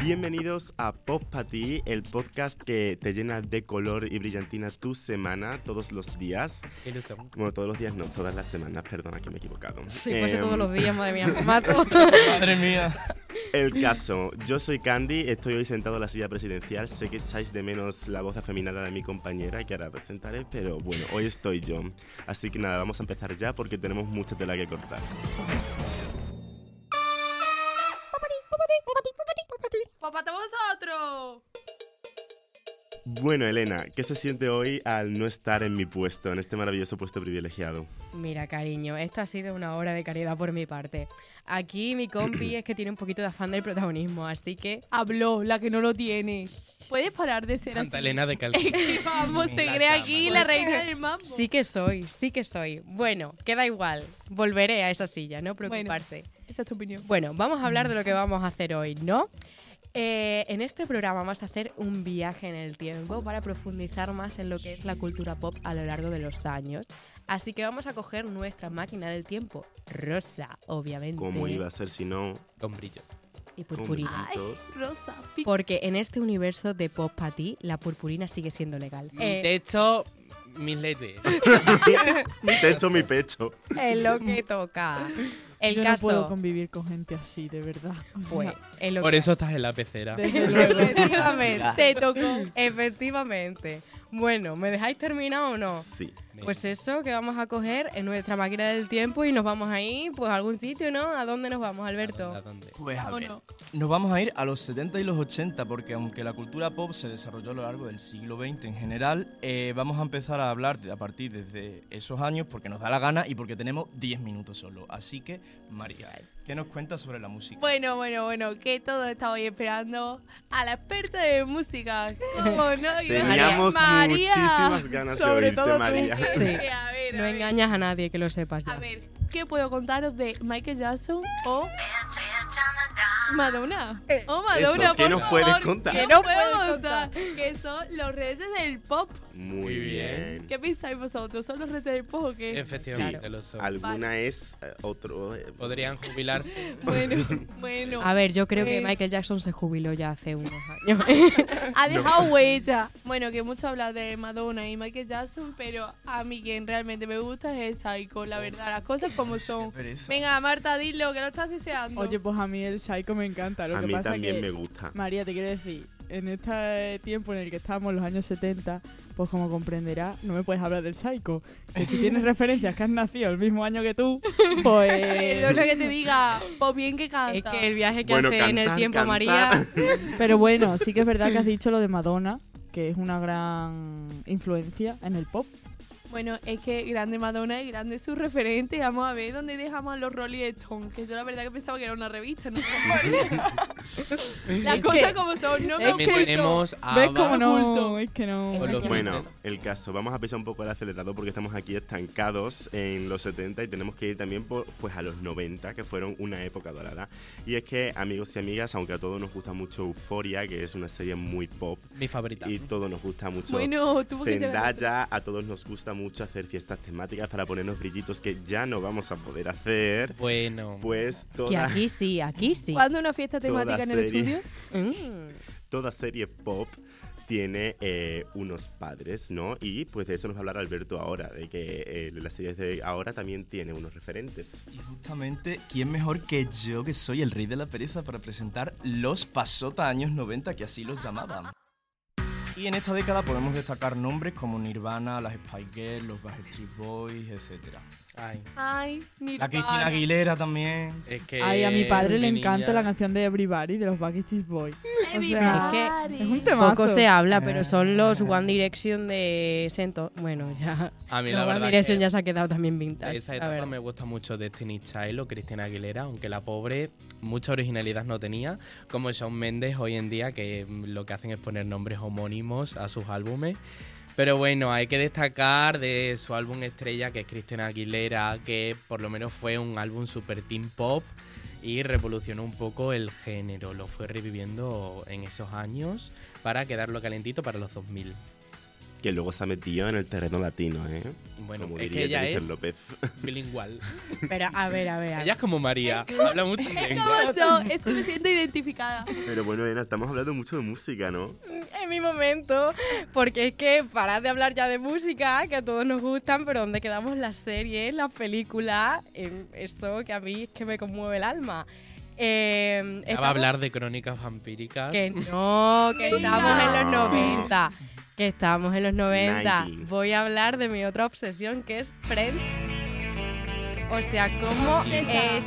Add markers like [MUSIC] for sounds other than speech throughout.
Bienvenidos a Pop Patty, el podcast que te llena de color y brillantina tu semana todos los días. Qué ilusión. Bueno, todos los días no, todas las semanas, perdona que me he equivocado. Sí, pues Em, todos los días, madre mía, me mato. Madre mía. El caso, yo soy Candy, estoy hoy sentado en la silla presidencial, sé que echáis de menos la voz afeminada de mi compañera que ahora presentaré, pero bueno, hoy estoy yo. Así que nada, vamos a empezar ya porque tenemos mucha tela que cortar. ¡Papá, vosotros! Bueno, Elena, ¿qué se siente hoy al no estar en mi puesto, en este maravilloso puesto privilegiado? Mira, cariño, esta ha sido una hora de caridad por mi parte. Aquí mi compi es que tiene un poquito de afán del protagonismo, así que Habló, la que no lo tiene. ¿Puedes parar de ser Santa así? Elena de Calcuta. [LAUGHS] Es Eh. que vamos, se La cree chama. aquí la reina del mambo. sí que soy, sí que soy. Bueno, queda igual, volveré a esa silla, no preocuparse. Esa es tu opinión. Bueno, vamos a hablar de lo que vamos a hacer hoy, ¿no? Eh, en este programa vas a hacer un viaje en el tiempo para profundizar más en lo que es la cultura pop a lo largo de los años. Así que vamos a coger nuestra máquina del tiempo, rosa, obviamente, ¿Cómo iba a ser si no? Con brillos. y con purpurina. brillitos? Rosa, pi- Porque en este universo de Pop Patty, la purpurina sigue siendo Eh. legal. Eh, Mi techo, mis [LAUGHS] leyes. Mi techo, mi pecho. es lo que toca. El Yo caso. no puedo convivir con gente así, de verdad. [LAUGHS] O sea, pues, es lo Por que- eso estás en la pecera. desde luego. Efectivamente. Te tocó. Efectivamente. Bueno, ¿me dejáis terminar o no? Sí. Venga. Pues eso, que vamos a coger en nuestra máquina del tiempo y nos vamos a ir, pues a algún sitio, ¿no? ¿A dónde nos vamos, ¿A Alberto? dónde, a dónde? Pues a ¿O ver. no? Nos vamos a ir a los 70 y los 80 porque aunque la cultura pop se desarrolló a lo largo del siglo XX en general, eh, vamos a empezar a hablar de- a partir desde esos años porque nos da la gana y porque tenemos 10 minutos solo. Así que, María, ¿qué nos cuentas sobre la música? Bueno, bueno, bueno, que todos estamos esperando a la experta de música. [LAUGHS] ¿Cómo no? Teníamos María. muchísimas ganas Sobre de todo oírte, tú. María. Sí. Que a ver, a No ver. engañas a nadie, que lo sepas ya. A ver, ¿qué puedo contaros de Michael Jackson o Madonna? Eh, Oh, Madonna, Eso, ¿qué por nos favor, puedes contar? ¿Qué nos puedo contar? Que son los reyes del pop. Muy bien. ¿Qué pensáis vosotros? ¿Son los reyes del pop o Eh, qué? Efectivamente, Sí. lo son. Alguna es eh, otro. eh, Podrían [LAUGHS] jubilarse. [LAUGHS] Bueno, bueno. A ver, yo creo que Eh. Michael Jackson se jubiló ya hace unos años. Ha dejado huella. Bueno, que mucho habla de Madonna y Michael Jackson, pero a mí quien realmente me gusta es Psycho, la verdad. Las cosas como son. Venga, Marta, dilo, que lo estás deseando. Oye, pues a mí el Psycho me encanta. Lo a que mí pasa también que, me gusta. María, te quiero decir, en este tiempo en el que estamos, los años 70, pues como comprenderás, no me puedes hablar del Psycho. Que si [LAUGHS] tienes referencias que has nacido el mismo año que tú, [LAUGHS] Perdona pues... que te diga, pues bien que eh, es canta. que el viaje que Bueno, hace en el cantar, tiempo, cantar. [LAUGHS] María. Pero bueno, sí que es verdad que has dicho lo de Madonna, que es una gran influencia en el pop. Bueno, es que grande Madonna y grande su referente. Vamos a ver dónde dejamos a los Rolling Stones, que yo la verdad que pensaba que era una revista, [LAUGHS] ¿no? Las cosas como son, no me También oculto. tenemos a ¿Ves Ava. cómo Oculto. no? Es que no... Es O los Bueno, Beatles. el caso, vamos a pisar un poco el acelerador porque estamos aquí estancados en los 70 y tenemos que ir también por- pues a los 90, que fueron una época dorada. Y es que, amigos y amigas, aunque a todos nos gusta mucho Euforia, que es una serie muy pop, mi favorita. y todos nos gusta mucho Bueno, tuvo que llegar. Zendaya, a todos nos gusta mucho hacer fiestas temáticas para ponernos brillitos que ya no vamos a poder hacer, Bueno. pues Que toda, aquí sí, aquí sí. ¿Cuándo una fiesta Toda temática en el serie. estudio? Mm. toda serie pop tiene eh, unos padres, ¿no? Y pues de eso nos va a hablar Alberto ahora, de que eh, las series de ahora también tiene unos referentes. Y justamente, ¿quién mejor que yo, que soy el rey de la pereza, para presentar los pasota años 90, que así los llamaban? Y en esta década podemos destacar nombres como Nirvana, las Spice Girls, los Backstreet Boys, etc. Ay, Ay, mi La Cristina Aguilera también. es que. Ay, a mi padre le mi encanta niña- la canción de Everybody de los Backstreet Boys. O sea, Es es un temazo. Poco se habla, pero son los One Direction de Sento. Bueno, ya. A mí los la One verdad. Direction que ya se ha quedado también de vintage. esa la etapa verdad. me gusta mucho Destiny Child o Cristina Aguilera, aunque la pobre mucha originalidad no tenía, como Shawn Mendes hoy en día, que mm, lo que hacen es poner nombres homónimos a sus álbumes. Pero bueno, hay que destacar de su álbum estrella, que es Cristina Aguilera, que por lo menos fue un álbum super teen pop y revolucionó un poco el género, lo fue reviviendo en esos años para quedarlo calentito para los 2000. que luego se ha metido en el terreno latino, ¿eh? Bueno, Como es diría que ella Jennifer es [LAUGHS] López. bilingual. [LAUGHS] Pero a ver, a ver. a Ella es como María, habla mucho Es lengua. como yo, es que me siento identificada. Pero bueno, Elena, estamos hablando mucho de música, ¿no? ver. En mi momento, porque es que parad de hablar ya de música, que a todos nos gustan, pero donde quedamos las series, las películas, em, eso que a mí es que me conmueve el alma. Eh, Ya va a hablar de crónicas vampíricas. Que no, que estamos en los No. 90. Que estamos en los 90. 90. Voy a hablar de mi otra obsesión que es Friends. O sea, ¿cómo Obsesa. es,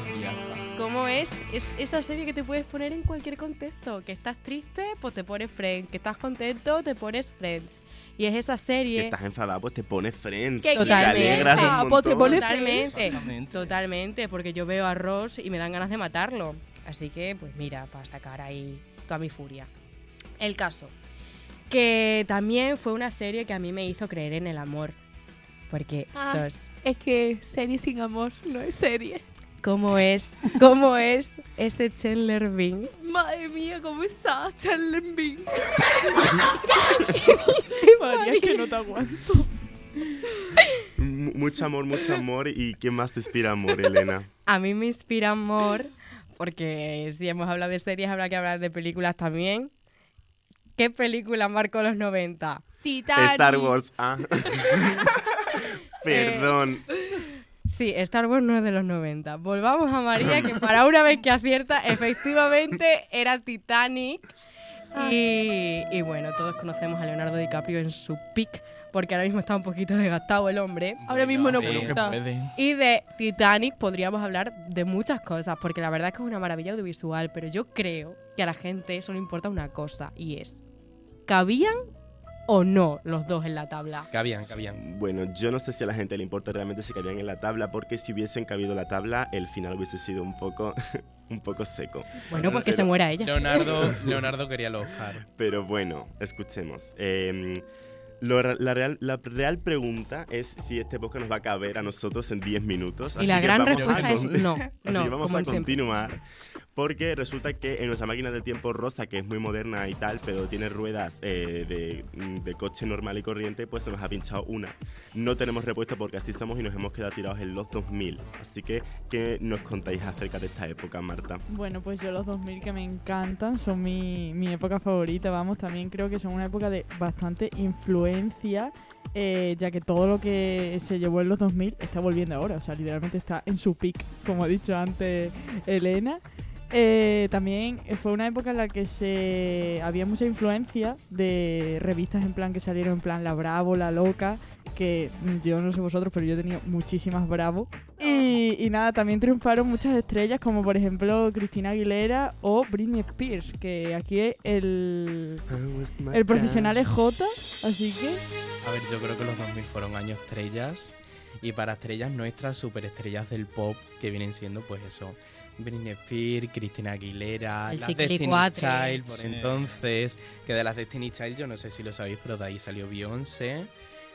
cómo es, es esa serie que te puedes poner en cualquier contexto? Que estás triste, pues te pones Friends. Que estás contento, te pones Friends. Y es esa Que serie. estás enfadado, pues te pones Friends. eh. Que y te Totalmente. alegras un Ah, pues te montón. pones- Totalmente, Exactamente. totalmente, porque yo veo a Ross y me dan ganas de matarlo. Así que, pues mira, para sacar ahí toda mi furia. El caso, que también fue una serie que a mí me hizo creer en el amor. Porque Ah. sos, Es que serie sin amor no es serie. ¿cómo es? [LAUGHS] ¿Cómo es ese Chandler Bing? Madre mía, ¿cómo estás, Charlie Bing? María, es que no te aguanto. M- Mucho amor, mucho amor. ¿Y qué más te inspira amor, Elena? A mí me inspira amor, porque si hemos hablado de series, habrá que hablar de películas también. ¿Qué película marcó los 90? Titanic. Star Wars. [LAUGHS] Ah. [LAUGHS] Perdón. Eh. Sí, Star Wars no es de los 90. Volvamos a María, que para una vez que acierta, efectivamente era Titanic. Y, y bueno, todos conocemos a Leonardo DiCaprio en su pick, porque ahora mismo está un poquito desgastado el hombre. Ahora mismo no sí. puedo. Bueno, que puede. Y de Titanic podríamos hablar de muchas cosas, porque la verdad es que es una maravilla audiovisual, pero yo creo que a la gente solo importa una cosa, y es, ¿cabían o no los dos en la tabla? Cabían, cabían. Bueno, yo no sé si a la gente le importa realmente si cabían en la tabla, porque si hubiesen cabido la tabla, el final hubiese sido un poco, [LAUGHS] un poco seco. Bueno, pues que se muera ella. Leonardo, Leonardo quería el Oscar. Pero bueno, escuchemos. Eh, lo ra- la, real, la real pregunta es si este podcast nos va a caber a nosotros en 10 minutos. Y Así la que gran vamos a respuesta es conte- no. Así que No, vamos como a en siempre. continuar. Porque resulta que en nuestra máquina del tiempo rosa, que es muy moderna y tal, pero tiene ruedas eh, de, de coche normal y corriente, pues se nos ha pinchado una. No tenemos repuesto porque así somos y nos hemos quedado tirados en los 2000. Así que, ¿qué nos contáis acerca de esta época, Marta? Bueno, pues yo los 2000 que me encantan son mi, mi época favorita, vamos, también creo que son una época de bastante influencia, eh, ya que todo lo que se llevó en los 2000 está volviendo ahora, o sea, literalmente está en su peak, como ha dicho antes Elena. Eh, también fue una época en la que se había mucha influencia de revistas en plan que salieron en plan La Bravo, La Loca, que mm, yo no sé vosotros, pero yo he tenido muchísimas Bravo. Y, y nada, también triunfaron muchas estrellas como por ejemplo Cristina Aguilera o Britney Spears, que aquí el, el profesional es J, así que... A ver, yo creo que los 2000 fueron años estrellas. Y para estrellas nuestras, superestrellas del pop, que vienen siendo, pues eso, Britney Spears, Cristina Aguilera, El las Chiquilicuatre. Destiny Child, por Sí. entonces, que de las Destiny Child, yo no sé si lo sabéis, pero de ahí salió Beyoncé.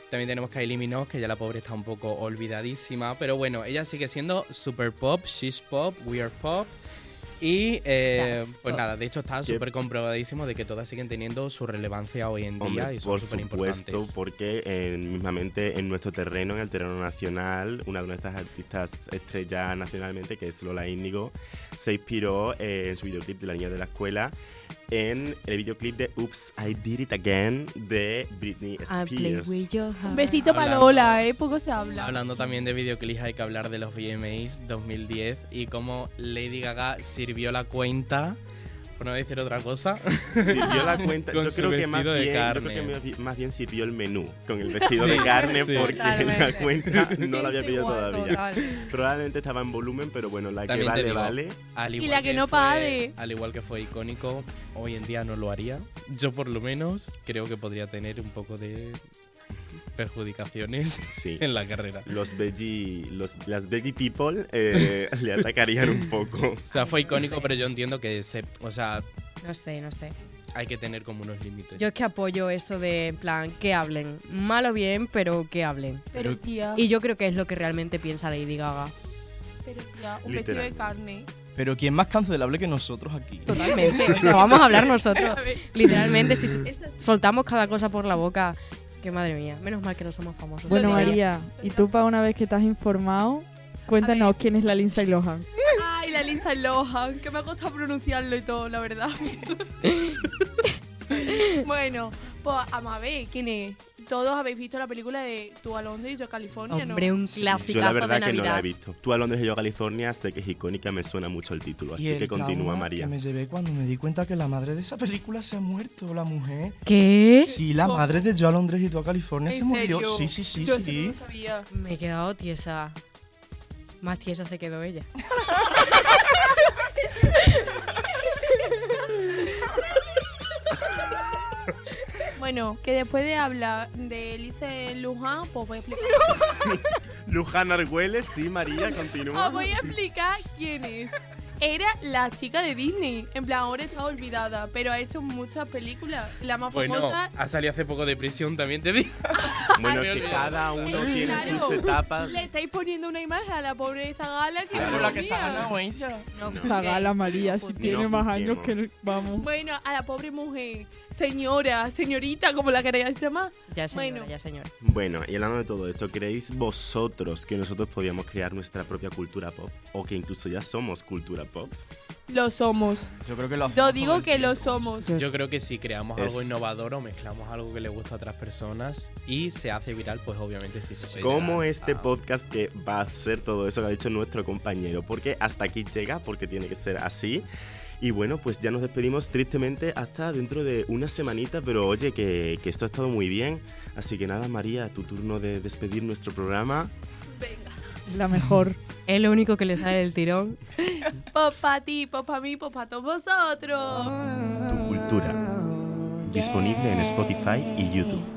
También tenemos Kylie Minogue, que ya la pobre está un poco olvidadísima, pero bueno, ella sigue siendo super pop, she's pop, we are pop. Y eh, That's pues pop. nada, de hecho está Qué- súper comprobadísimo de que todas siguen teniendo su relevancia hoy en día Hombre, y son por superimportantes. supuesto, porque eh, mismamente en nuestro terreno, en el terreno nacional, una de nuestras artistas estrellas nacionalmente, que es Lola Índigo, se inspiró eh, en su videoclip de La Niña de la Escuela en el videoclip de Oops, I Did It Again de Britney Spears. Un besito para Hablando. Lola, ¿eh? Poco se habla. Hablando también de videoclips, hay que hablar de los VMAs 2010 y cómo Lady Gaga sirvió la cuenta, por no decir otra cosa. [LAUGHS] [LAUGHS] Sirvió la cuenta, Con yo su creo, que más vestido de bien, yo creo que carne. más bien- más bien sirvió el menú con el vestido de Sí, carne sí. porque la Totalmente. cuenta no la había pedido todavía. Probablemente estaba en volumen, pero bueno, la También te que vale, digo, vale. Al Y igual la que no fue- pare. Al igual que fue icónico, hoy en día no lo haría. Yo por lo menos creo que podría tener un poco de perjudicaciones [LAUGHS] Sí. en la carrera. los veggie, los, las veggie people eh, [LAUGHS] le atacarían un poco. O sea, fue Ay, no icónico, sé. pero yo entiendo que se, o sea, No sé, no sé. hay que tener como unos límites. Yo es que apoyo eso de, en plan, que hablen. Mal o bien, pero que hablen. Pero tía, Y yo creo que es lo que realmente piensa Lady Gaga. pero tía, un vestido de Literal. carne. Pero quien más cancelable que nosotros aquí. Totalmente. O sea, vamos a hablar nosotros. A ver, [LAUGHS] Literalmente, si s- soltamos cada cosa por la boca, que madre mía, menos mal que no somos famosos. Bueno, digo. María, y tú para una vez que estás informado, cuéntanos quién es la Lindsay Lohan. Ay, la Lisa Lohan, que me ha costado pronunciarlo y todo, la verdad. bueno, pues vamos a ver quién es. Todos habéis visto la película de Tú a Londres y yo a California, Hombre, un Yo la clasicazo de verdad que no la Navidad. he visto. Tú a Londres y yo a California sé que es icónica, me suena mucho el título, Y así el que continúa trauma María. Que me llevé cuando me di cuenta que la madre de esa película se ha muerto, la mujer. ¿Qué? Sí, la ¿Cómo? madre de Yo a Londres y tú a California Oh. ¿En se murió. serio? Sí, sí, sí, Yo eso no sí. lo sabía. Me he quedado tiesa. Más tiesa se quedó ella. Bueno, que después de hablar de Lisa Luján, pues voy a explicar. Luján Argüelles, sí, María, Os continúa. Ah, voy a explicar quién es. Era la chica de Disney. En plan, ahora está olvidada, pero ha hecho muchas películas. La más Bueno, famosa ha salido hace poco de prisión también, te digo. Bueno, Ay, que Dios. cada uno Eh, tiene claro. sus etapas. Le estáis poniendo una imagen a la pobreza gala que Claro, madre la Ah, que se ha mía. ganado ella. No, Zagala María, si porque- tiene No más años que juzguemos. vamos. Bueno, a la pobre mujer, señora, señorita, como la queráis llamar. Ya señora, Bueno. ya señora. Bueno, y hablando de todo esto, ¿creéis vosotros que nosotros podíamos crear nuestra propia cultura pop? O que incluso ya somos cultura pop. Lo somos. Yo creo que lo Yo digo que lo somos. Yo creo que si creamos algo Es- innovador o mezclamos algo que le gusta a otras personas y se hace viral, pues ah. obviamente sí se puede Como llegar este a- podcast que va a ser todo eso que ha dicho nuestro compañero, porque hasta aquí llega, porque tiene que ser así. Y bueno, pues ya nos despedimos tristemente hasta dentro de una semanita, pero oye, que, que esto ha estado muy bien. Así que nada, María, tu turno de despedir nuestro programa. Venga. La mejor. Es lo único que le sale del tirón. Pues pa' ti, pues pa' mí, pues pa' todos vosotros. Tu cultura. Disponible en Spotify y YouTube.